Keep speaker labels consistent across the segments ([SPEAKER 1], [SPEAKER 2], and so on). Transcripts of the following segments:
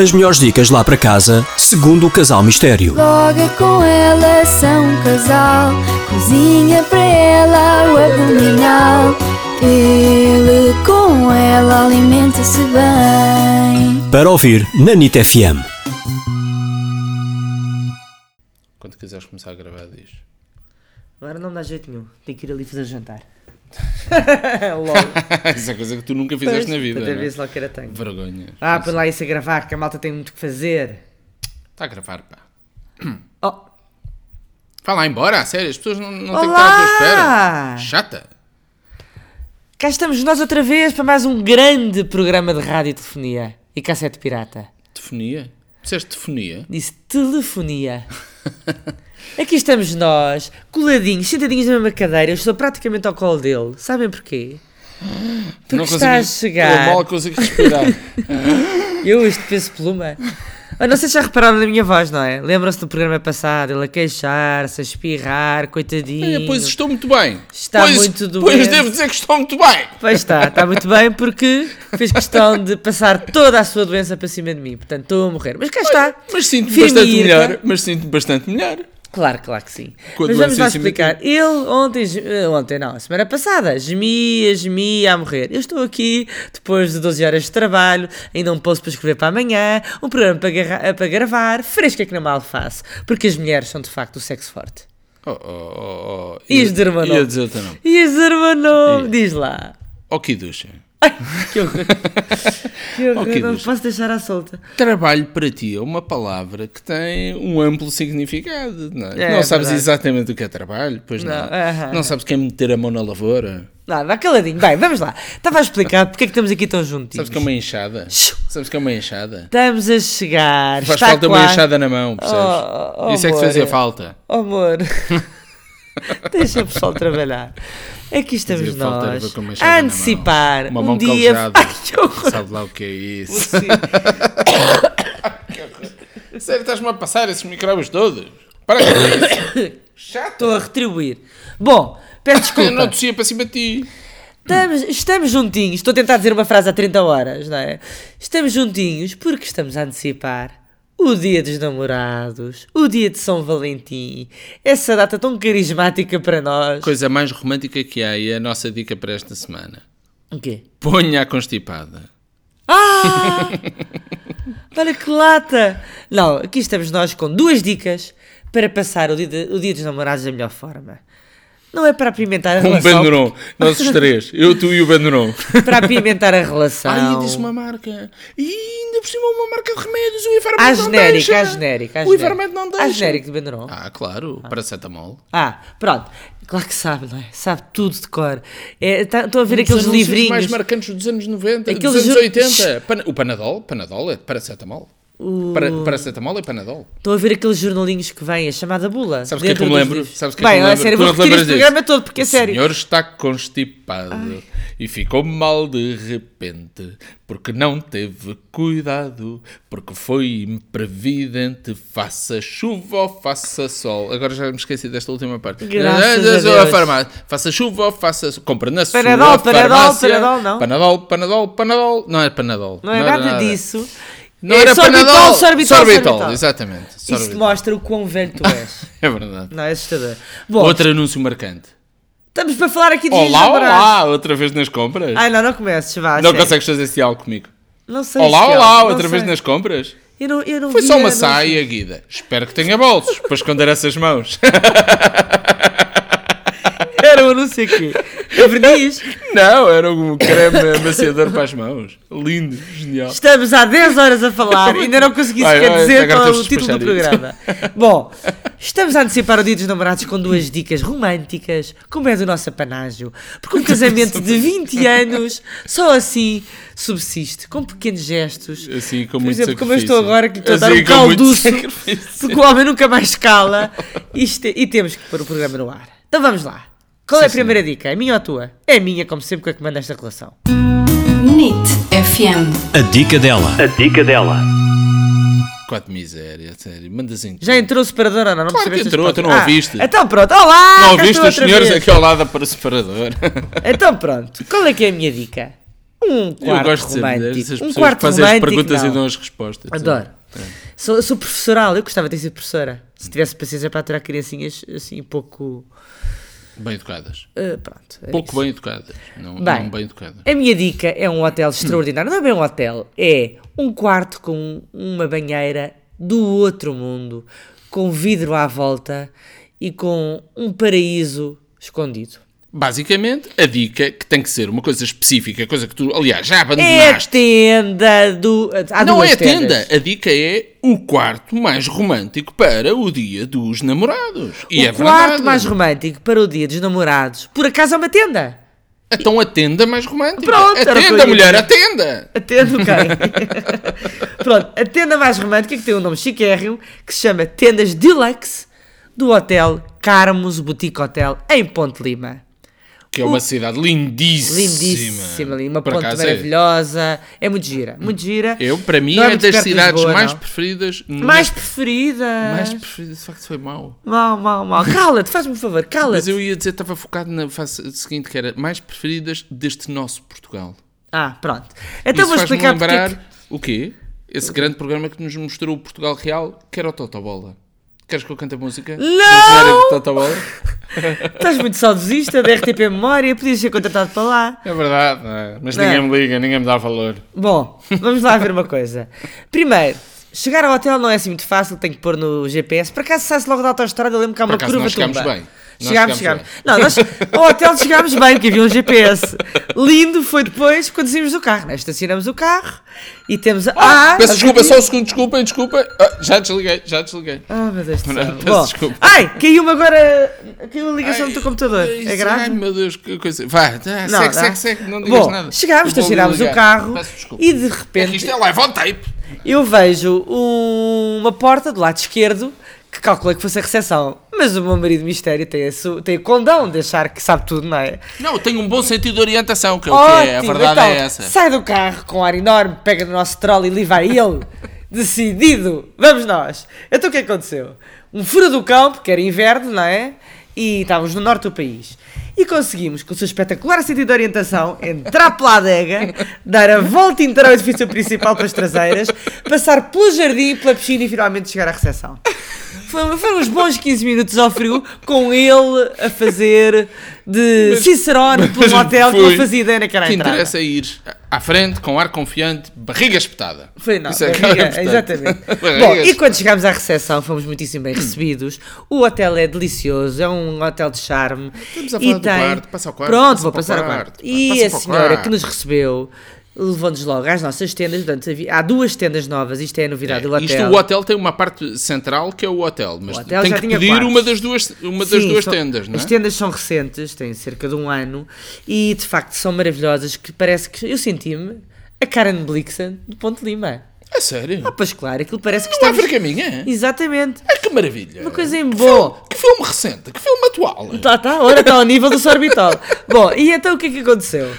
[SPEAKER 1] As melhores dicas lá para casa, segundo o Casal Mistério.
[SPEAKER 2] Logo com ela são um casal, cozinha para ela o abdominal. Ele com ela alimenta-se bem.
[SPEAKER 1] Para ouvir na NIT FM.
[SPEAKER 3] Quando quiseres começar a gravar, diz.
[SPEAKER 4] Agora não me dá jeito nenhum. Tenho que ir ali fazer jantar. Logo.
[SPEAKER 3] Essa Ah, é coisa que tu nunca fizeste na vida.
[SPEAKER 4] Outra
[SPEAKER 3] não é?
[SPEAKER 4] vez logo que era tango.
[SPEAKER 3] Vergonhas.
[SPEAKER 4] Ah, põe lá isso a gravar, que a malta tem muito que fazer.
[SPEAKER 3] Está a gravar, pá.
[SPEAKER 4] Oh,
[SPEAKER 3] Vá lá embora, a sério, as pessoas não, não têm que estar
[SPEAKER 4] Olá!
[SPEAKER 3] à tua espera. Chata.
[SPEAKER 4] cá estamos nós outra vez para mais um grande programa de rádio e telefonia. E cassete pirata.
[SPEAKER 3] Telefonia. Disseste telefonia?
[SPEAKER 4] Disse telefonia. Aqui estamos nós, coladinhos, sentadinhos na mesma cadeira. Eu estou praticamente ao colo dele. Sabem porquê? Porque
[SPEAKER 3] não
[SPEAKER 4] está a chegar.
[SPEAKER 3] Eu mal consigo respirar.
[SPEAKER 4] Eu, este peso pluma. Ah, não sei se já repararam na minha voz, não é? Lembram-se do programa passado, ele a queixar-se, a espirrar, coitadinho.
[SPEAKER 3] Eh, pois estou muito bem.
[SPEAKER 4] Está
[SPEAKER 3] pois,
[SPEAKER 4] muito
[SPEAKER 3] Pois
[SPEAKER 4] doente.
[SPEAKER 3] devo dizer que estou muito bem.
[SPEAKER 4] Pois está, está muito bem porque fez questão de passar toda a sua doença para cima de mim. Portanto, estou a morrer. Mas cá está.
[SPEAKER 3] Mas sinto-me
[SPEAKER 4] Firme
[SPEAKER 3] bastante
[SPEAKER 4] e irta.
[SPEAKER 3] melhor. Mas sinto-me bastante melhor.
[SPEAKER 4] Claro, claro que sim.
[SPEAKER 3] Com a
[SPEAKER 4] Mas
[SPEAKER 3] doença
[SPEAKER 4] vamos lá
[SPEAKER 3] em cima de
[SPEAKER 4] explicar. Ele ontem, ge- eh, ontem não, a semana passada, gemia, gemia a morrer. Eu estou aqui depois de 12 horas de trabalho, ainda um posto para escrever para amanhã, um programa para, garra- eh, para gravar, fresca que não mal faço, porque as mulheres são de facto o sexo forte.
[SPEAKER 3] Oh, oh, oh, oh.
[SPEAKER 4] E as
[SPEAKER 3] Ia-
[SPEAKER 4] de Hermanov.
[SPEAKER 3] Ia dizer o teu nome.
[SPEAKER 4] E as
[SPEAKER 3] É.
[SPEAKER 4] irmãos, diz lá.
[SPEAKER 3] Oh, que ducha.
[SPEAKER 4] Que horror. que horror,
[SPEAKER 3] Ok,
[SPEAKER 4] não
[SPEAKER 3] Deus.
[SPEAKER 4] posso deixar à solta.
[SPEAKER 3] Trabalho para ti é uma palavra que tem um amplo significado. Não, é?
[SPEAKER 4] É,
[SPEAKER 3] não sabes
[SPEAKER 4] verdade.
[SPEAKER 3] exatamente o que é trabalho, pois não.
[SPEAKER 4] Não, aham.
[SPEAKER 3] Não sabes quem é meter a mão na lavoura.
[SPEAKER 4] Não, vá caladinho. Bem, vamos lá. Estava a explicar porque é que estamos aqui tão juntinhos.
[SPEAKER 3] Sabes que é uma enxada? Sabes que é uma enxada?
[SPEAKER 4] Estamos a chegar.
[SPEAKER 3] Faz
[SPEAKER 4] está
[SPEAKER 3] falta uma
[SPEAKER 4] quase-
[SPEAKER 3] enxada na mão, percebes?
[SPEAKER 4] Oh, oh,
[SPEAKER 3] Isso é que te
[SPEAKER 4] amor.
[SPEAKER 3] fazia falta.
[SPEAKER 4] Oh, amor, deixa o pessoal trabalhar. É Aqui estamos
[SPEAKER 3] Fazia falta era ver
[SPEAKER 4] nós
[SPEAKER 3] com uma enxada
[SPEAKER 4] a
[SPEAKER 3] na mão.
[SPEAKER 4] antecipar
[SPEAKER 3] é? Uma
[SPEAKER 4] um
[SPEAKER 3] mão
[SPEAKER 4] dia.
[SPEAKER 3] calejada.
[SPEAKER 4] Ai, que horror.
[SPEAKER 3] Sabe lá o que é isso?
[SPEAKER 4] Sim.
[SPEAKER 3] Sério, estás-me a passar esses micróbios todos? Para com isso. Chato.
[SPEAKER 4] Estou a retribuir. Bom, peço
[SPEAKER 3] Eu não
[SPEAKER 4] desculpa.
[SPEAKER 3] tossia para cima de ti.
[SPEAKER 4] Estamos, estamos juntinhos. Estou a tentar dizer uma frase há 30 horas, não é? Estamos juntinhos porque estamos a antecipar o dia dos namorados, o dia de São Valentim, essa data tão carismática para nós.
[SPEAKER 3] Coisa mais romântica que há e a nossa dica para esta semana.
[SPEAKER 4] O quê?
[SPEAKER 3] Ponha a constipada.
[SPEAKER 4] Ah! Olha que lata! Não, aqui estamos nós com duas dicas para passar o dia, de- o dia dos namorados da melhor forma. Não é para apimentar a
[SPEAKER 3] Com um o
[SPEAKER 4] relação.
[SPEAKER 3] Benderon. Nós os três. Eu, tu e o Benderon.
[SPEAKER 4] Para apimentar a relação.
[SPEAKER 3] Ai, disse uma marca. E ainda por cima uma marca de remédios. O enfermeiro
[SPEAKER 4] Há
[SPEAKER 3] não
[SPEAKER 4] genérica,
[SPEAKER 3] deixa.
[SPEAKER 4] há genérica. há
[SPEAKER 3] O
[SPEAKER 4] genérica.
[SPEAKER 3] enfermeiro não
[SPEAKER 4] Há
[SPEAKER 3] deixa.
[SPEAKER 4] genérico de Benderon.
[SPEAKER 3] Ah, claro. Paracetamol.
[SPEAKER 4] Ah, pronto. Claro que sabe, não é? Sabe tudo de cor. É, tá- Estão a ver aqueles
[SPEAKER 3] anúncios mais
[SPEAKER 4] livrinhos.
[SPEAKER 3] marcantes dos anos 90,
[SPEAKER 4] Aqueles
[SPEAKER 3] dos anos
[SPEAKER 4] ju-
[SPEAKER 3] 80. Pana- O Panadol, Panadol é paracetamol. Para, paracetamol é Panadol.
[SPEAKER 4] Estou a ver aqueles jornalinhos que vêm, a chamada bula.
[SPEAKER 3] Sabes o que é que eu me
[SPEAKER 4] dentro dos
[SPEAKER 3] lembro?
[SPEAKER 4] livros.
[SPEAKER 3] Sabes o que é que
[SPEAKER 4] Bem,
[SPEAKER 3] eu me
[SPEAKER 4] a
[SPEAKER 3] lembro?
[SPEAKER 4] sério,
[SPEAKER 3] Tu
[SPEAKER 4] eu vou
[SPEAKER 3] não te
[SPEAKER 4] repetir
[SPEAKER 3] lembras
[SPEAKER 4] este programa
[SPEAKER 3] disso?
[SPEAKER 4] todo, porque é sério.
[SPEAKER 3] O senhor está constipado e ficou mal de repente porque não teve cuidado, porque foi imprevidente, faça chuva ou faça sol. Agora já me esqueci desta última parte.
[SPEAKER 4] Graças a Deus.
[SPEAKER 3] farmácia. Faça chuva ou faça sol. Compra na sua
[SPEAKER 4] Panadol, Panadol,
[SPEAKER 3] farmácia.
[SPEAKER 4] Panadol, não.
[SPEAKER 3] Panadol, Panadol, Panadol. Não é Panadol.
[SPEAKER 4] Não é
[SPEAKER 3] era
[SPEAKER 4] nada disso.
[SPEAKER 3] Não
[SPEAKER 4] É
[SPEAKER 3] era
[SPEAKER 4] sorbitol,
[SPEAKER 3] Panadol.
[SPEAKER 4] sorbitol,
[SPEAKER 3] Sorbitol,
[SPEAKER 4] sorbitol.
[SPEAKER 3] exatamente.
[SPEAKER 4] Isso é- te
[SPEAKER 3] Sorbitol.
[SPEAKER 4] mostra o quão velho tu és.
[SPEAKER 3] É verdade.
[SPEAKER 4] Não, é assustador. Bom,
[SPEAKER 3] Outro anúncio marcante.
[SPEAKER 4] estamos para falar aqui de
[SPEAKER 3] Olá,
[SPEAKER 4] namorados.
[SPEAKER 3] olá, outra vez nas compras.
[SPEAKER 4] um Ai, não, não comeces, vá. a
[SPEAKER 3] não
[SPEAKER 4] sério.
[SPEAKER 3] consegues fazer esse diálogo comigo.
[SPEAKER 4] Não sei.
[SPEAKER 3] Olá,
[SPEAKER 4] Miguel,
[SPEAKER 3] olá,
[SPEAKER 4] não
[SPEAKER 3] outra vez
[SPEAKER 4] sei.
[SPEAKER 3] nas compras.
[SPEAKER 4] Eu não, eu não
[SPEAKER 3] Foi só
[SPEAKER 4] via,
[SPEAKER 3] uma
[SPEAKER 4] não-
[SPEAKER 3] saia, Guida. Espero que tenha bolsos para esconder essas mãos.
[SPEAKER 4] Era um não sei o quê. É verniz.
[SPEAKER 3] Não, era um creme amaciador para as mãos. Lindo, genial.
[SPEAKER 4] Estamos há 10 horas a falar, ainda não consegui
[SPEAKER 3] Vai,
[SPEAKER 4] sequer
[SPEAKER 3] vai,
[SPEAKER 4] dizer
[SPEAKER 3] agora
[SPEAKER 4] qual é o
[SPEAKER 3] temos de
[SPEAKER 4] título do
[SPEAKER 3] despachar
[SPEAKER 4] programa. Bom, estamos a antecipar o Dia dos Namorados com duas dicas românticas, como é do nosso apanágio. Porque um casamento de 20 anos só assim subsiste, com pequenos gestos.
[SPEAKER 3] Assim, com
[SPEAKER 4] Por
[SPEAKER 3] muito sacrifício.
[SPEAKER 4] exemplo, como eu estou agora, que lhe estou a dar
[SPEAKER 3] Assim,
[SPEAKER 4] um
[SPEAKER 3] com muito
[SPEAKER 4] calduço,
[SPEAKER 3] sacrifício.
[SPEAKER 4] porque o homem nunca mais cala, Isto é- e temos que pôr o programa no ar. Então vamos lá. Qual é a primeira dica? É minha ou a tua? É minha, como sempre, que é que manda esta relação.
[SPEAKER 2] NIT FM.
[SPEAKER 1] A dica dela.
[SPEAKER 5] A dica dela.
[SPEAKER 3] Quatro miséria, sério. Mandas em.
[SPEAKER 4] Já entrou o separador ou não?
[SPEAKER 3] Claro
[SPEAKER 4] não
[SPEAKER 3] que
[SPEAKER 4] percebeste
[SPEAKER 3] entrou,
[SPEAKER 4] este
[SPEAKER 3] tu não
[SPEAKER 4] podcast?
[SPEAKER 3] ouviste.
[SPEAKER 4] Ah, então pronto, olá!
[SPEAKER 3] Não
[SPEAKER 4] cá
[SPEAKER 3] ouviste os
[SPEAKER 4] estou outra
[SPEAKER 3] senhores
[SPEAKER 4] vez.
[SPEAKER 3] aqui ao lado para o separador?
[SPEAKER 4] Então pronto, qual é que é a minha dica? Um quarto
[SPEAKER 3] Eu gosto de ser
[SPEAKER 4] romântico.
[SPEAKER 3] dessas
[SPEAKER 4] um
[SPEAKER 3] pessoas
[SPEAKER 4] quarto
[SPEAKER 3] que fazem as
[SPEAKER 4] romântico,
[SPEAKER 3] perguntas e
[SPEAKER 4] não.
[SPEAKER 3] dão as É. respostas.
[SPEAKER 4] Adoro. Sou, sou professoral, eu gostava de ter sido professora. Se tivesse paciência para aturar criancinhas assim, pouco.
[SPEAKER 3] Bem educadas.
[SPEAKER 4] ah, pronto. era
[SPEAKER 3] Pouco
[SPEAKER 4] isso.
[SPEAKER 3] bem educadas. Não
[SPEAKER 4] Bem.
[SPEAKER 3] não um bem educadas.
[SPEAKER 4] A minha dica é um hotel extraordinário. Não é bem um hotel, é um quarto com uma banheira do outro mundo, com vidro à volta e com um paraíso escondido.
[SPEAKER 3] Basicamente, a dica que tem que ser uma coisa específica, coisa que tu, aliás, já
[SPEAKER 4] É a
[SPEAKER 3] abandonaste.
[SPEAKER 4] tenda do. Há
[SPEAKER 3] Um não
[SPEAKER 4] duas
[SPEAKER 3] é a tenda.
[SPEAKER 4] tendas.
[SPEAKER 3] A dica é o quarto mais romântico para o dia dos namorados. E
[SPEAKER 4] o
[SPEAKER 3] é
[SPEAKER 4] quarto
[SPEAKER 3] verdade.
[SPEAKER 4] mais romântico para o dia dos namorados. Por acaso é uma tenda?
[SPEAKER 3] Então a tenda mais romântica.
[SPEAKER 4] Pronto,
[SPEAKER 3] a
[SPEAKER 4] era o que eu
[SPEAKER 3] tenda,
[SPEAKER 4] ia
[SPEAKER 3] mulher, a
[SPEAKER 4] dizer.
[SPEAKER 3] tenda.
[SPEAKER 4] A tenda do quem? Pronto, a tenda mais romântica que tem um nome chiquérrimo que se chama Tendas Deluxe do Hotel Carmos Boutique Hotel em Ponte Lima.
[SPEAKER 3] Que é uma cidade lindíssima.
[SPEAKER 4] Lindíssima ali, uma
[SPEAKER 3] Por
[SPEAKER 4] ponte
[SPEAKER 3] acaso é.
[SPEAKER 4] maravilhosa. É. muito gira, muito gira.
[SPEAKER 3] Eu, para mim,
[SPEAKER 4] Não
[SPEAKER 3] é
[SPEAKER 4] muito
[SPEAKER 3] das
[SPEAKER 4] perto de
[SPEAKER 3] cidades
[SPEAKER 4] Lisboa,
[SPEAKER 3] mais
[SPEAKER 4] não.
[SPEAKER 3] preferidas.
[SPEAKER 4] mais
[SPEAKER 3] neste-
[SPEAKER 4] preferida.
[SPEAKER 3] mais preferidas. De facto, foi mau.
[SPEAKER 4] Mal, mal, mal. Cala-te, faz-me um favor,
[SPEAKER 3] Mas
[SPEAKER 4] cala-te.
[SPEAKER 3] eu ia dizer, estava focado na face seguinte, que era mais preferidas deste nosso Portugal.
[SPEAKER 4] Ah, pronto. Então
[SPEAKER 3] Isso
[SPEAKER 4] vou
[SPEAKER 3] faz-me
[SPEAKER 4] explicar porque é
[SPEAKER 3] lembrar
[SPEAKER 4] que-
[SPEAKER 3] o quê? Esse grande programa que nos mostrou o Portugal Real, que era o Totobola. Queres que eu cante a música?
[SPEAKER 4] Não!
[SPEAKER 3] Do Totobola?
[SPEAKER 4] Estás muito saudosista da RTP Memória, podias ser contratado para lá.
[SPEAKER 3] É verdade, não é? mas
[SPEAKER 4] Não.
[SPEAKER 3] ninguém me liga, ninguém me dá valor.
[SPEAKER 4] Bom, vamos lá ver uma coisa. Primeiro, chegar ao hotel não é assim muito fácil, tem que pôr no GPS. Por acaso sai-se logo da autoestrada, eu lembro que há uma
[SPEAKER 3] acaso,
[SPEAKER 4] curva
[SPEAKER 3] nós chegámos
[SPEAKER 4] tumba.
[SPEAKER 3] bem. Nós
[SPEAKER 4] Chegámos,
[SPEAKER 3] chegámos
[SPEAKER 4] chegámos. Não, nós ao hotel chegámos bem, porque havia um GPS. Lindo foi depois quando saímos do carro. Nós estacionamos o carro e temos a. Ah,
[SPEAKER 3] Peço desculpa, só um segundo, desculpem, desculpa. Ah, já desliguei, já desliguei.
[SPEAKER 4] Ah, meu Deus do céu.
[SPEAKER 3] Peço
[SPEAKER 4] Bom,
[SPEAKER 3] desculpa.
[SPEAKER 4] Ai, caiu-me agora. Caiu a ligação do
[SPEAKER 3] Ai,
[SPEAKER 4] teu computador. É
[SPEAKER 3] isso, Ai
[SPEAKER 4] grave?
[SPEAKER 3] meu Deus, que coisa. Vá, tá,
[SPEAKER 4] Não,
[SPEAKER 3] segue,
[SPEAKER 4] dá.
[SPEAKER 3] segue, segue, não digas
[SPEAKER 4] Bom,
[SPEAKER 3] nada.
[SPEAKER 4] chegámos,
[SPEAKER 3] Eu vou
[SPEAKER 4] estacionámos o
[SPEAKER 3] ligar.
[SPEAKER 4] carro
[SPEAKER 3] Peço desculpa.
[SPEAKER 4] e de
[SPEAKER 3] É que
[SPEAKER 4] repente
[SPEAKER 3] isto é live on tape.
[SPEAKER 4] Eu vejo um- uma porta do lado esquerdo que calculei que fosse a recepção. Mas o meu marido mistério tem, a su- tem o condão de achar que sabe tudo, não é?
[SPEAKER 3] Não, eu tenho um bom sentido de orientação, que é o que é, a
[SPEAKER 4] Ótimo,
[SPEAKER 3] verdade
[SPEAKER 4] então,
[SPEAKER 3] é essa.
[SPEAKER 4] Sai do carro com ar enorme, pega no nosso troll e ali vai ele. Decidido, vamos nós. Então o que é que aconteceu? Um furo do campo, que era inverno, não é? E estávamos no norte do país. E conseguimos, com o seu espetacular sentido de orientação, entrar pela adega, dar a volta inteira ao edifício principal pelas traseiras, passar pelo jardim, pela piscina e finalmente chegar à recepção. Foi- Foram uns bons 15 minutos ao frio com ele a fazer de Cicerone pelo
[SPEAKER 3] Mas
[SPEAKER 4] motel que
[SPEAKER 3] fui.
[SPEAKER 4] ele fazia ideia naquela
[SPEAKER 3] O que
[SPEAKER 4] entrada.
[SPEAKER 3] interessa é ir à frente, com ar confiante, barriga espetada.
[SPEAKER 4] Foi não,
[SPEAKER 3] Isso é que é
[SPEAKER 4] barriga,
[SPEAKER 3] importante.
[SPEAKER 4] exatamente.
[SPEAKER 3] Barriga
[SPEAKER 4] Bom, e
[SPEAKER 3] espetada.
[SPEAKER 4] quando chegámos à recepção fomos muitíssimo bem recebidos. O hotel é delicioso, é um hotel de charme.
[SPEAKER 3] Estamos a falar
[SPEAKER 4] e
[SPEAKER 3] do
[SPEAKER 4] tem...
[SPEAKER 3] quarto, passa ao quarto,
[SPEAKER 4] Pronto,
[SPEAKER 3] passa
[SPEAKER 4] vou
[SPEAKER 3] para o
[SPEAKER 4] passar ao
[SPEAKER 3] quarto,
[SPEAKER 4] quarto.
[SPEAKER 3] pá,
[SPEAKER 4] E
[SPEAKER 3] passa
[SPEAKER 4] a
[SPEAKER 3] para o
[SPEAKER 4] senhora
[SPEAKER 3] quarto.
[SPEAKER 4] que nos recebeu levou-nos logo às nossas tendas. Portanto, havia- há duas tendas novas, isto é a novidade do hotel.
[SPEAKER 3] Isto, o hotel tem uma parte central que é o hotel, mas
[SPEAKER 4] O hotel
[SPEAKER 3] tem
[SPEAKER 4] já
[SPEAKER 3] que
[SPEAKER 4] tinha
[SPEAKER 3] pedir
[SPEAKER 4] quartos.
[SPEAKER 3] uma das duas, uma das
[SPEAKER 4] Sim,
[SPEAKER 3] duas
[SPEAKER 4] são-
[SPEAKER 3] tendas, não é?
[SPEAKER 4] As tendas são recentes, têm cerca de um ano, e de facto são maravilhosas, que parece que eu senti-me a Karen Blixen do Ponte Lima.
[SPEAKER 3] A É sério?
[SPEAKER 4] Ah, pois claro, aquilo parece que
[SPEAKER 3] Uma
[SPEAKER 4] estamos...
[SPEAKER 3] África é minha?
[SPEAKER 4] Exatamente.
[SPEAKER 3] Ah, que maravilha!
[SPEAKER 4] Uma coisa em boa.
[SPEAKER 3] Que filme recente, que filme atual!
[SPEAKER 4] Tá, tá, ora está ao nível do sorbitol. Bom, e então o que é que aconteceu?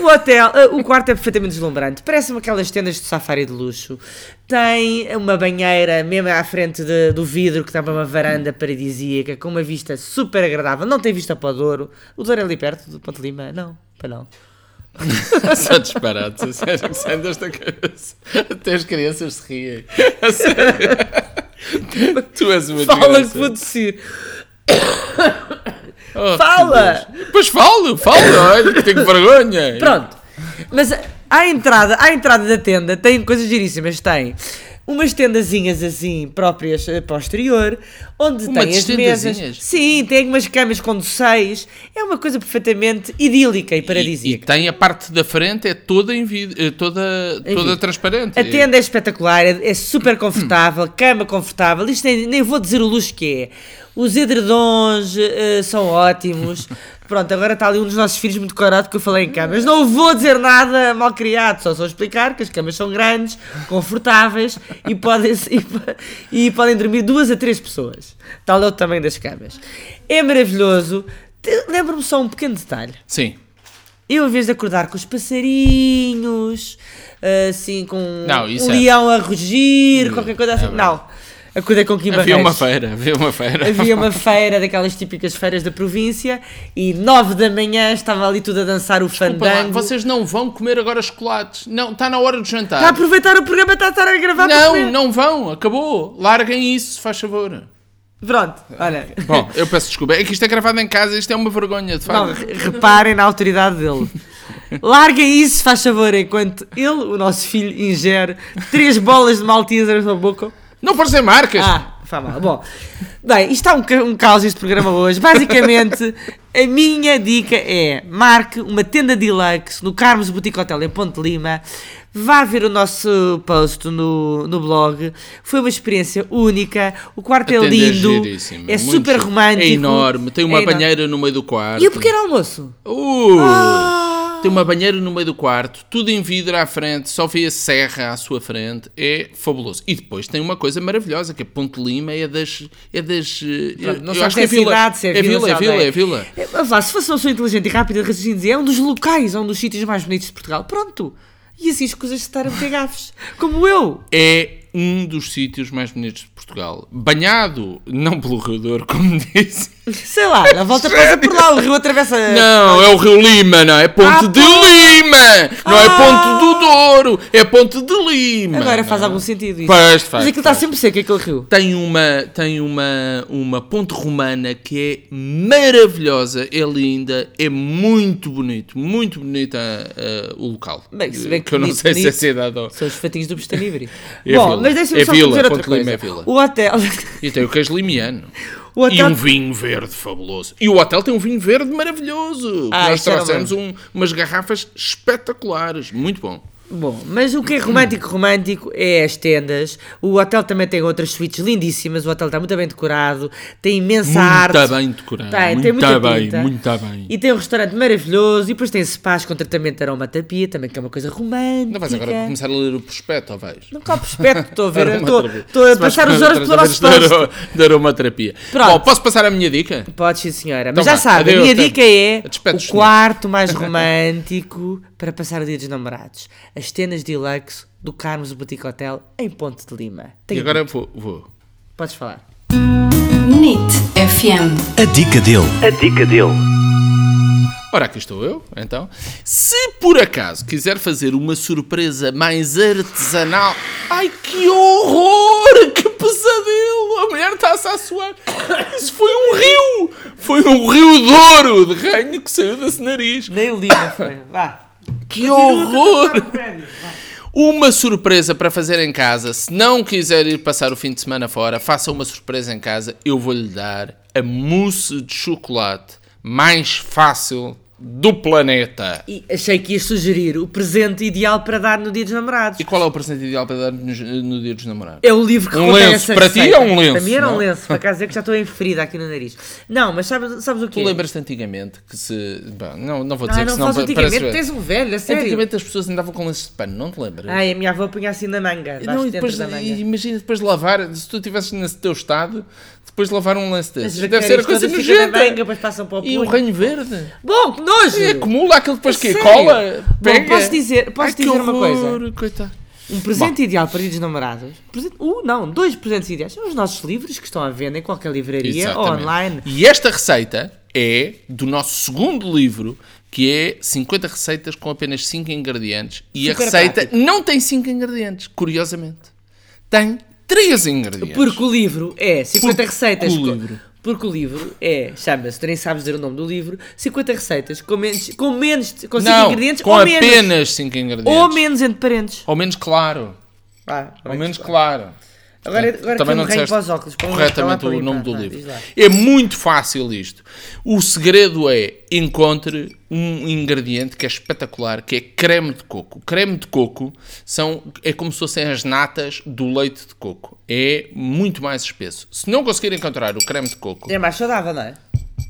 [SPEAKER 4] O hotel, eh, o quarto é perfeitamente deslumbrante. Parece-me aquelas tendas de safari de luxo. Tem uma banheira mesmo à frente de- do vidro que dá para uma varanda paradisíaca com uma vista super agradável. Não tem vista para o Douro. O Douro é ali perto do Ponte Lima? Não, para não.
[SPEAKER 3] Só disparados, a sério, que saem desta cabeça. Até as crianças se riem. A sério. Tu és uma
[SPEAKER 4] Fala que
[SPEAKER 3] desgraça.
[SPEAKER 4] vou descer.
[SPEAKER 3] Oh,
[SPEAKER 4] Fala!
[SPEAKER 3] que Deus. Pois falo, falo, olha, que tenho vergonha.
[SPEAKER 4] Pronto. Mas à entrada, à entrada da tenda tem coisas giríssimas. Tem umas tendazinhas assim próprias eh, para o exterior, onde
[SPEAKER 3] Umas
[SPEAKER 4] tem as
[SPEAKER 3] tendazinhas?
[SPEAKER 4] mesas. Sim, tem umas camas com doceis. É uma coisa perfeitamente idílica e
[SPEAKER 3] E, e
[SPEAKER 4] paradisíaca.
[SPEAKER 3] tem a parte da frente, é toda, em vid- eh, toda,
[SPEAKER 4] Em
[SPEAKER 3] toda
[SPEAKER 4] vidro.
[SPEAKER 3] transparente. Hum.
[SPEAKER 4] A tenda é espetacular, é, é super confortável, cama confortável. Isto nem, nem vou dizer o luxo que é. Os edredons eh, são ótimos. Pronto, agora está ali um dos nossos filhos muito corado que eu falei em camas. Não vou dizer nada mal criado, só só explicar que as camas são grandes, confortáveis e podem, e, po- e podem dormir duas a três pessoas. Tal é o tamanho das camas. É maravilhoso. Te- Lembro-me só um pequeno detalhe.
[SPEAKER 3] Sim.
[SPEAKER 4] Eu, em vez de acordar com os passarinhos, assim, com
[SPEAKER 3] Não, isso
[SPEAKER 4] um
[SPEAKER 3] é- Hum,
[SPEAKER 4] leão a rugir, qualquer coisa assim.
[SPEAKER 3] é verdade.
[SPEAKER 4] não. Acordei com Kim
[SPEAKER 3] Havia
[SPEAKER 4] Barreiros.
[SPEAKER 3] uma feira, havia uma feira.
[SPEAKER 4] Havia uma feira daquelas típicas feiras da província e nove da manhã estava ali tudo a dançar o
[SPEAKER 3] Desculpa lá,
[SPEAKER 4] um fandango.
[SPEAKER 3] Vocês não vão comer agora chocolates. Não, está na hora do jantar.
[SPEAKER 4] Está a aproveitar o programa, está a estar a gravar para
[SPEAKER 3] Não,
[SPEAKER 4] comer.
[SPEAKER 3] não vão, acabou. Larguem isso, faz favor.
[SPEAKER 4] Pronto, olha.
[SPEAKER 3] Bom, eu peço desculpa. É que isto é gravado em casa, isto é uma vergonha, de
[SPEAKER 4] Não,
[SPEAKER 3] facto.
[SPEAKER 4] re- reparem na autoridade dele. Larguem isso, faz favor, enquanto ele, o nosso filho, ingere três bolas de Maltesers na boca.
[SPEAKER 3] Não, pode ser marcas.
[SPEAKER 4] Ah, faz mal. Bom, bem, isto está um, ca- um caos este programa hoje. Basicamente, a minha dica é marque uma tenda deluxe no Carmos Boutique Hotel em Ponte Lima. Vá ver o nosso post no, no blog. Foi uma experiência única. O quarto é
[SPEAKER 3] Tenda
[SPEAKER 4] lindo.
[SPEAKER 3] giríssima,
[SPEAKER 4] É
[SPEAKER 3] muito
[SPEAKER 4] super
[SPEAKER 3] giro.
[SPEAKER 4] romântico.
[SPEAKER 3] É enorme, tem uma
[SPEAKER 4] É enorme.
[SPEAKER 3] banheira no meio do quarto.
[SPEAKER 4] E o pequeno almoço?
[SPEAKER 3] Uh!
[SPEAKER 4] Ah!
[SPEAKER 3] Tem uma banheira no meio do quarto, tudo em vidro à frente, só vê a serra à sua frente, é fabuloso. E depois tem uma coisa maravilhosa, que é Ponte Lima, é das... É das eh,
[SPEAKER 4] Pronto, não
[SPEAKER 3] eu
[SPEAKER 4] sei
[SPEAKER 3] acho
[SPEAKER 4] se
[SPEAKER 3] que
[SPEAKER 4] é cidade, se é
[SPEAKER 3] é
[SPEAKER 4] vila,
[SPEAKER 3] vila,
[SPEAKER 4] se
[SPEAKER 3] é
[SPEAKER 4] é
[SPEAKER 3] vila,
[SPEAKER 4] aldeia.
[SPEAKER 3] é vila.
[SPEAKER 4] É, Mas lá, se fosse uma pessoa inteligente e rápida de raciocínio, dizia, é um dos locais, é um dos sítios mais bonitos de Portugal. Pronto. E assim escusas de estar a meter gafes. Como eu.
[SPEAKER 3] É um dos sítios mais bonitos de Portugal. Banhado, não pelo Rio Douro, como disse.
[SPEAKER 4] Sei lá, na volta passa por lá, o rio atravessa.
[SPEAKER 3] Não, é o Rio Lima, não é Ponte
[SPEAKER 4] Ah,
[SPEAKER 3] de
[SPEAKER 4] pô.
[SPEAKER 3] Lima! Não é
[SPEAKER 4] Ah.
[SPEAKER 3] Ponte do Douro, é Ponte de Lima!
[SPEAKER 4] Agora faz
[SPEAKER 3] não.
[SPEAKER 4] algum sentido isso.
[SPEAKER 3] Pois, faz,
[SPEAKER 4] Mas aquilo está
[SPEAKER 3] faz.
[SPEAKER 4] sempre seco, aquele rio.
[SPEAKER 3] Tem uma, tem uma, uma ponte romana que é maravilhosa, é linda, é muito bonito, muito bonito o local.
[SPEAKER 4] Bem, se bem que
[SPEAKER 3] eu não
[SPEAKER 4] bonito,
[SPEAKER 3] sei se é
[SPEAKER 4] bonito.
[SPEAKER 3] cidade ou...
[SPEAKER 4] São os fatinhos do Bustanibre.
[SPEAKER 3] É
[SPEAKER 4] Bom,
[SPEAKER 3] vila.
[SPEAKER 4] mas deixa-me
[SPEAKER 3] É
[SPEAKER 4] só
[SPEAKER 3] vila,
[SPEAKER 4] dizer outra
[SPEAKER 3] Ponte Lima
[SPEAKER 4] coisa.
[SPEAKER 3] é vila.
[SPEAKER 4] O hotel.
[SPEAKER 3] E tem o queijo limiano.
[SPEAKER 4] O
[SPEAKER 3] E
[SPEAKER 4] hotel
[SPEAKER 3] um vinho verde fabuloso. E o hotel tem um vinho verde maravilhoso. que
[SPEAKER 4] Ah,
[SPEAKER 3] Nós
[SPEAKER 4] isso era
[SPEAKER 3] trouxemos um- umas garrafas espetaculares. Muito bom.
[SPEAKER 4] Bom, mas o que é romântico, romântico é as tendas. O hotel também tem outras suítes lindíssimas. O hotel está muito bem decorado, tem imensa arte.
[SPEAKER 3] Muito bem decorado.
[SPEAKER 4] Tem,
[SPEAKER 3] muito
[SPEAKER 4] tem muita
[SPEAKER 3] bem,
[SPEAKER 4] pinta.
[SPEAKER 3] muito bem.
[SPEAKER 4] E tem um restaurante maravilhoso. E depois tem spas com tratamento de aromaterapia, também que é uma coisa romântica.
[SPEAKER 3] Não vais agora começar a ler o prospecto, ou vais?
[SPEAKER 4] Não copo espeto, estou a ver.
[SPEAKER 3] Aromaterapia.
[SPEAKER 4] estou- Estou a
[SPEAKER 3] Se vais
[SPEAKER 4] passar os
[SPEAKER 3] fazer
[SPEAKER 4] horas pelo nosso
[SPEAKER 3] tratamentos
[SPEAKER 4] posto.
[SPEAKER 3] de aro- De aromaterapia.
[SPEAKER 4] Pronto.
[SPEAKER 3] Bom, posso passar a minha dica?
[SPEAKER 4] Pode, sim, senhora.
[SPEAKER 3] Então
[SPEAKER 4] Mas já
[SPEAKER 3] vá,
[SPEAKER 4] sabe,
[SPEAKER 3] adeus,
[SPEAKER 4] a minha
[SPEAKER 3] tempo.
[SPEAKER 4] dica é
[SPEAKER 3] Despedes,
[SPEAKER 4] o
[SPEAKER 3] senhor.
[SPEAKER 4] quarto mais romântico para passar o dia dos namorados. As tendas deluxe do Carmos Boutique Hotel em Ponte de Lima. Tem
[SPEAKER 3] E agora vou. vou.
[SPEAKER 4] Podes falar.
[SPEAKER 2] NIT FM.
[SPEAKER 1] A dica dele.
[SPEAKER 3] Ora, aqui estou eu, então. Se por acaso quiser fazer uma surpresa mais artesanal. Ai, que horror! Que pesadelo! A mulher está-se a suar. Isso foi um rio! Foi um rio de ouro de ranho que saiu desse nariz.
[SPEAKER 4] Nem o Lima foi. Vá.
[SPEAKER 3] Que horror! Uma surpresa para fazer em casa. Se não quiser ir passar o fim de semana fora, faça uma surpresa em casa. Eu vou-lhe dar a mousse de chocolate mais fácil do planeta.
[SPEAKER 4] E achei que ia sugerir o presente ideal para dar no dia dos namorados.
[SPEAKER 3] E qual é o presente ideal para dar nos- no, dia dos namorados?
[SPEAKER 4] É o livro que
[SPEAKER 3] Um
[SPEAKER 4] contém
[SPEAKER 3] lenço.
[SPEAKER 4] essa
[SPEAKER 3] Para ti
[SPEAKER 4] receita.
[SPEAKER 3] é um lenço,
[SPEAKER 4] Para mim era um
[SPEAKER 3] não?
[SPEAKER 4] lenço, para acaso é que já estou em ferida aqui no nariz. Não, mas sabes, sabes o quê?
[SPEAKER 3] Tu lembras-te antigamente que se... bom, não, não vou
[SPEAKER 4] Ah,
[SPEAKER 3] dizer que
[SPEAKER 4] não
[SPEAKER 3] senão
[SPEAKER 4] faz
[SPEAKER 3] pa-
[SPEAKER 4] antigamente,
[SPEAKER 3] parece- É
[SPEAKER 4] tens um velho, a sério.
[SPEAKER 3] Antigamente as pessoas andavam com lenços de pano, não te lembras?
[SPEAKER 4] Ai, a minha avó punha assim na manga.
[SPEAKER 3] não,
[SPEAKER 4] Não,
[SPEAKER 3] e depois,
[SPEAKER 4] da manga.
[SPEAKER 3] e imagina depois de lavar, se tu estivesses nesse teu estado, depois de lavar um lance
[SPEAKER 4] As
[SPEAKER 3] desses, deve
[SPEAKER 4] bactérias
[SPEAKER 3] ser a coisa
[SPEAKER 4] todas ficam na
[SPEAKER 3] nojenta.
[SPEAKER 4] manga, depois passam para o
[SPEAKER 3] E um É o
[SPEAKER 4] punho.
[SPEAKER 3] ranho verde?
[SPEAKER 4] Bom, que nojo!
[SPEAKER 3] E acumula aquilo depois
[SPEAKER 4] A
[SPEAKER 3] que
[SPEAKER 4] sério?
[SPEAKER 3] cola.
[SPEAKER 4] Bom,
[SPEAKER 3] Pega.
[SPEAKER 4] posso dizer- posso
[SPEAKER 3] Ai, que
[SPEAKER 4] dizer uma
[SPEAKER 3] horror, Coitado.
[SPEAKER 4] Um presente ideal para dia dos namorados. Presente, uh, não, dois presentes ideais. São os nossos livros que estão à venda em qualquer livraria ou
[SPEAKER 3] Exatamente.
[SPEAKER 4] online.
[SPEAKER 3] E esta receita é do nosso segundo livro, que é 50 receitas com apenas 5 ingredientes. E
[SPEAKER 4] Super
[SPEAKER 3] a receita
[SPEAKER 4] prático.
[SPEAKER 3] não tem 5 ingredientes, curiosamente. Tem 3 ingredientes.
[SPEAKER 4] Porque o livro é 50
[SPEAKER 3] Porque
[SPEAKER 4] receitas.
[SPEAKER 3] o
[SPEAKER 4] co-
[SPEAKER 3] livro.
[SPEAKER 4] Porque o livro é, chama-se, tu nem sabes dizer o nome do livro, 50 receitas com menos, com menos, com 5
[SPEAKER 3] não,
[SPEAKER 4] ingredientes
[SPEAKER 3] com
[SPEAKER 4] ou menos.
[SPEAKER 3] apenas 5 ingredientes.
[SPEAKER 4] Ou menos entre parentes.
[SPEAKER 3] Ao menos claro.
[SPEAKER 4] Ah,
[SPEAKER 3] Ao menos claro.
[SPEAKER 4] Agora,
[SPEAKER 3] Também
[SPEAKER 4] agora que
[SPEAKER 3] não
[SPEAKER 4] eu me ranho
[SPEAKER 3] disseste
[SPEAKER 4] para os óculos. põe um
[SPEAKER 3] corretamente
[SPEAKER 4] para lá
[SPEAKER 3] o
[SPEAKER 4] para
[SPEAKER 3] nome
[SPEAKER 4] limpar.
[SPEAKER 3] do
[SPEAKER 4] Vá,
[SPEAKER 3] livro.
[SPEAKER 4] tá? diz lá.
[SPEAKER 3] É muito fácil isto. O segredo é encontre um ingrediente que é espetacular, que é creme de coco. O creme de coco são, é como se fossem as natas do leite de coco. É muito mais espesso. Se não conseguir encontrar o creme de coco,
[SPEAKER 4] É mais saudável, não é?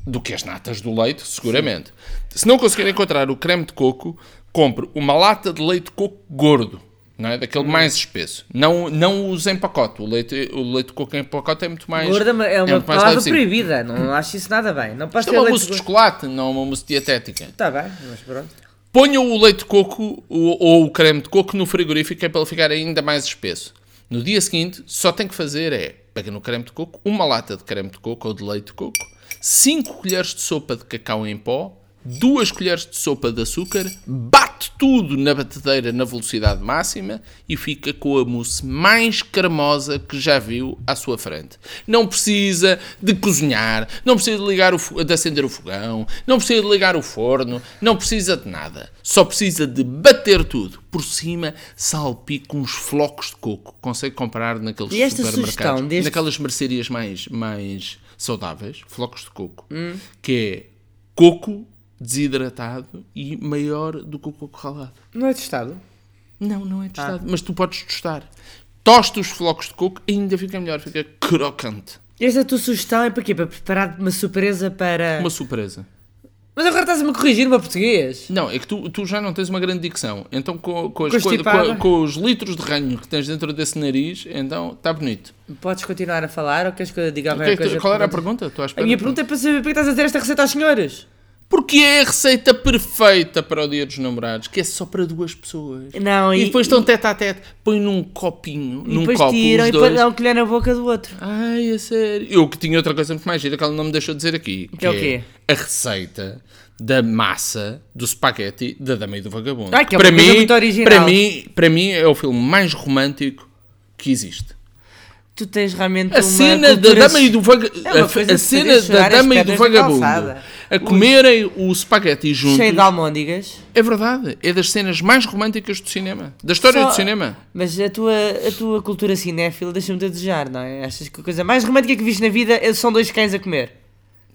[SPEAKER 3] do que as natas do leite, seguramente. Se não conseguir encontrar o creme de coco, compre uma lata de leite de coco gordo, não é? Daquele mais espesso. Não, não use em pacote. O leite, o leite de coco em pacote é muito mais.
[SPEAKER 4] Gorda é uma, é uma
[SPEAKER 3] muito mais
[SPEAKER 4] palavra
[SPEAKER 3] levezinho.
[SPEAKER 4] proibida, não acho isso nada bem. Não pode
[SPEAKER 3] Isto
[SPEAKER 4] ter
[SPEAKER 3] é uma
[SPEAKER 4] leite
[SPEAKER 3] mousse de
[SPEAKER 4] gordo.
[SPEAKER 3] chocolate, não é uma mousse dietética.
[SPEAKER 4] Tá bem, mas pronto.
[SPEAKER 3] Ponha o leite de coco ou, ou o creme de coco no frigorífico que é para ele ficar ainda mais espesso. No dia seguinte, só tem que fazer é pega no creme de coco, uma lata de creme de coco ou de leite de coco, 5 colheres de sopa de cacau em pó, 2 colheres de sopa de açúcar, bate tudo na batedeira na velocidade máxima e fica com a mousse mais cremosa que já viu à sua frente. Não precisa de cozinhar, não precisa de, ligar o fo- de acender o fogão, não precisa de ligar o forno, não precisa de nada. Só precisa de bater tudo. Por cima, salpica uns flocos de coco. Consegue comprar naqueles
[SPEAKER 4] E esta
[SPEAKER 3] supermercados,
[SPEAKER 4] sugestão deste-
[SPEAKER 3] naquelas mercearias mais, mais saudáveis, flocos de coco,
[SPEAKER 4] Hum.
[SPEAKER 3] que é coco desidratado e maior do que o coco ralado.
[SPEAKER 4] Não é testado?
[SPEAKER 3] Não, não é tostado, mas tu podes tostar. Tosta os flocos de coco e ainda fica melhor, fica crocante.
[SPEAKER 4] Esta tua sugestão é para quê? Para preparar uma surpresa para.
[SPEAKER 3] É. Uma surpresa.
[SPEAKER 4] Mas agora estás-me a corrigir para português.
[SPEAKER 3] Não, é que tu, tu já não tens uma grande dicção. Então, com, com as coi-
[SPEAKER 4] Constipada.
[SPEAKER 3] com a- com os litros de ranho que tens dentro desse nariz, então está bonito.
[SPEAKER 4] Podes continuar a falar ou queres que eu diga
[SPEAKER 3] O que é
[SPEAKER 4] alguma
[SPEAKER 3] que tu-
[SPEAKER 4] coisa?
[SPEAKER 3] qual era a pergunta? Estou à
[SPEAKER 4] A
[SPEAKER 3] espera.
[SPEAKER 4] minha pergunta é para saber para que estás a dizer esta receita aos senhores.
[SPEAKER 3] Porque é a receita perfeita para o dia dos namorados, que é só para duas pessoas.
[SPEAKER 4] Não,
[SPEAKER 3] E
[SPEAKER 4] e-
[SPEAKER 3] depois estão tete a tete, põe num copinho,
[SPEAKER 4] E
[SPEAKER 3] num
[SPEAKER 4] depois
[SPEAKER 3] copo
[SPEAKER 4] tiram
[SPEAKER 3] os
[SPEAKER 4] e põem
[SPEAKER 3] dois.
[SPEAKER 4] dão um colher na boca do outro.
[SPEAKER 3] Ai, a sério. Eu que tinha outra coisa muito mais gira que ela não me deixou dizer aqui. Que,
[SPEAKER 4] é o quê?
[SPEAKER 3] A receita da massa do spaghetti da Dama e do Vagabundo.
[SPEAKER 4] Ai, que é uma coisa muito original.
[SPEAKER 3] Para mim, para mim é o filme mais romântico que existe.
[SPEAKER 4] Tu tens realmente
[SPEAKER 3] A
[SPEAKER 4] É uma
[SPEAKER 3] cena da
[SPEAKER 4] cultura-
[SPEAKER 3] dama e do vagabundo.
[SPEAKER 4] É uma coisa
[SPEAKER 3] a, a
[SPEAKER 4] de fazer
[SPEAKER 3] cena da
[SPEAKER 4] chorar é as
[SPEAKER 3] dama e do
[SPEAKER 4] pedras da
[SPEAKER 3] vagabundo.
[SPEAKER 4] calçada.
[SPEAKER 3] A comerem o spaghetti juntos.
[SPEAKER 4] Cheio de almôndegas.
[SPEAKER 3] É verdade. É das cenas mais românticas do cinema. Da história
[SPEAKER 4] Só-
[SPEAKER 3] do cinema.
[SPEAKER 4] Mas a tua, a tua cultura cinéfila deixa-me de desejar, não é? Achas que a coisa mais romântica que viste na vida é- são dois cães a comer?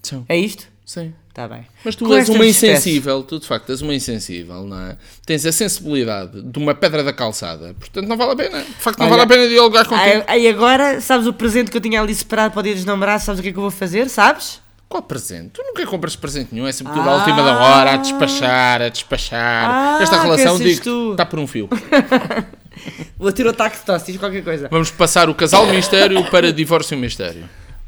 [SPEAKER 3] São.
[SPEAKER 4] É isto?
[SPEAKER 3] Sim.
[SPEAKER 4] Está bem.
[SPEAKER 3] Mas tu
[SPEAKER 4] Com
[SPEAKER 3] és
[SPEAKER 4] estas
[SPEAKER 3] uma
[SPEAKER 4] espécies-
[SPEAKER 3] insensível, tu de facto és uma insensível, não é? Tens a sensibilidade de uma pedra da calçada, portanto não vale a pena. De facto, não
[SPEAKER 4] Olha,
[SPEAKER 3] vale a pena dialogar contigo.
[SPEAKER 4] Ah, Aí, aí agora, sabes o presente que eu tinha ali separado para o dia dos namorados? Sabes o que é que eu vou fazer? Sabes?
[SPEAKER 3] Qual presente? Tu nunca compras presente nenhum, é sempre tudo à última da hora, a despachar, a despachar.
[SPEAKER 4] Ah,
[SPEAKER 3] Esta relação,
[SPEAKER 4] pensas
[SPEAKER 3] digo,
[SPEAKER 4] tu.
[SPEAKER 3] está por um fio.
[SPEAKER 4] Vou tirar o taco de tosse, diz qualquer coisa.
[SPEAKER 3] Vamos passar o casal mistério para divórcio mistério.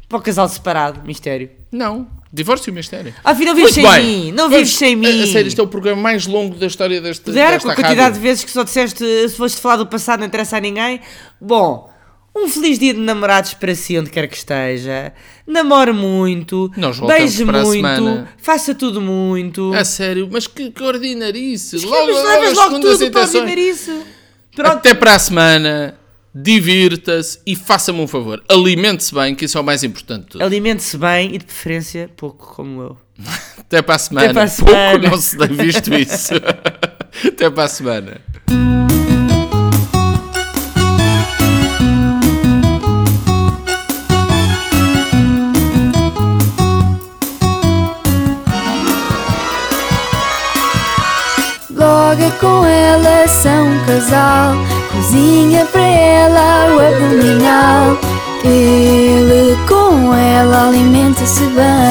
[SPEAKER 4] Para o casal separado, mistério.
[SPEAKER 3] Não, divórcio mistério.
[SPEAKER 4] Afinal,
[SPEAKER 3] Muito
[SPEAKER 4] vives sem
[SPEAKER 3] bem.
[SPEAKER 4] mim. Não
[SPEAKER 3] Vamos-
[SPEAKER 4] vives sem mim.
[SPEAKER 3] A, a sério, isto é o programa mais longo da história deste
[SPEAKER 4] Pudera,
[SPEAKER 3] desta
[SPEAKER 4] com a quantidade de
[SPEAKER 3] rádio.
[SPEAKER 4] vezes que só disseste se foste falar do passado não interessa a ninguém. Bom, um feliz dia de namorados para si, onde quer que esteja. Namore muito,
[SPEAKER 3] Nós voltamos
[SPEAKER 4] beije
[SPEAKER 3] para a
[SPEAKER 4] muito,
[SPEAKER 3] semana.
[SPEAKER 4] faça tudo muito.
[SPEAKER 3] A sério, mas que, que ordinarice.
[SPEAKER 4] Esquemas,
[SPEAKER 3] Logo, logo,
[SPEAKER 4] levas
[SPEAKER 3] as
[SPEAKER 4] logo
[SPEAKER 3] segundas
[SPEAKER 4] tudo para
[SPEAKER 3] intenções.
[SPEAKER 4] viver isso. Pronto,
[SPEAKER 3] Até para a semana. Divirta-se e faça-me um favor. Alimente-se bem, que isso é o mais importante de tudo.
[SPEAKER 4] alimente-se bem e de preferência pouco como eu.
[SPEAKER 3] Até para a semana.
[SPEAKER 4] para a
[SPEAKER 3] Pouco
[SPEAKER 4] semana.
[SPEAKER 3] não se tem visto isso. Até para a semana.
[SPEAKER 5] Logo com ela são um casal. Cozinha para ela o abdominal. Ele com ela alimenta-se bem.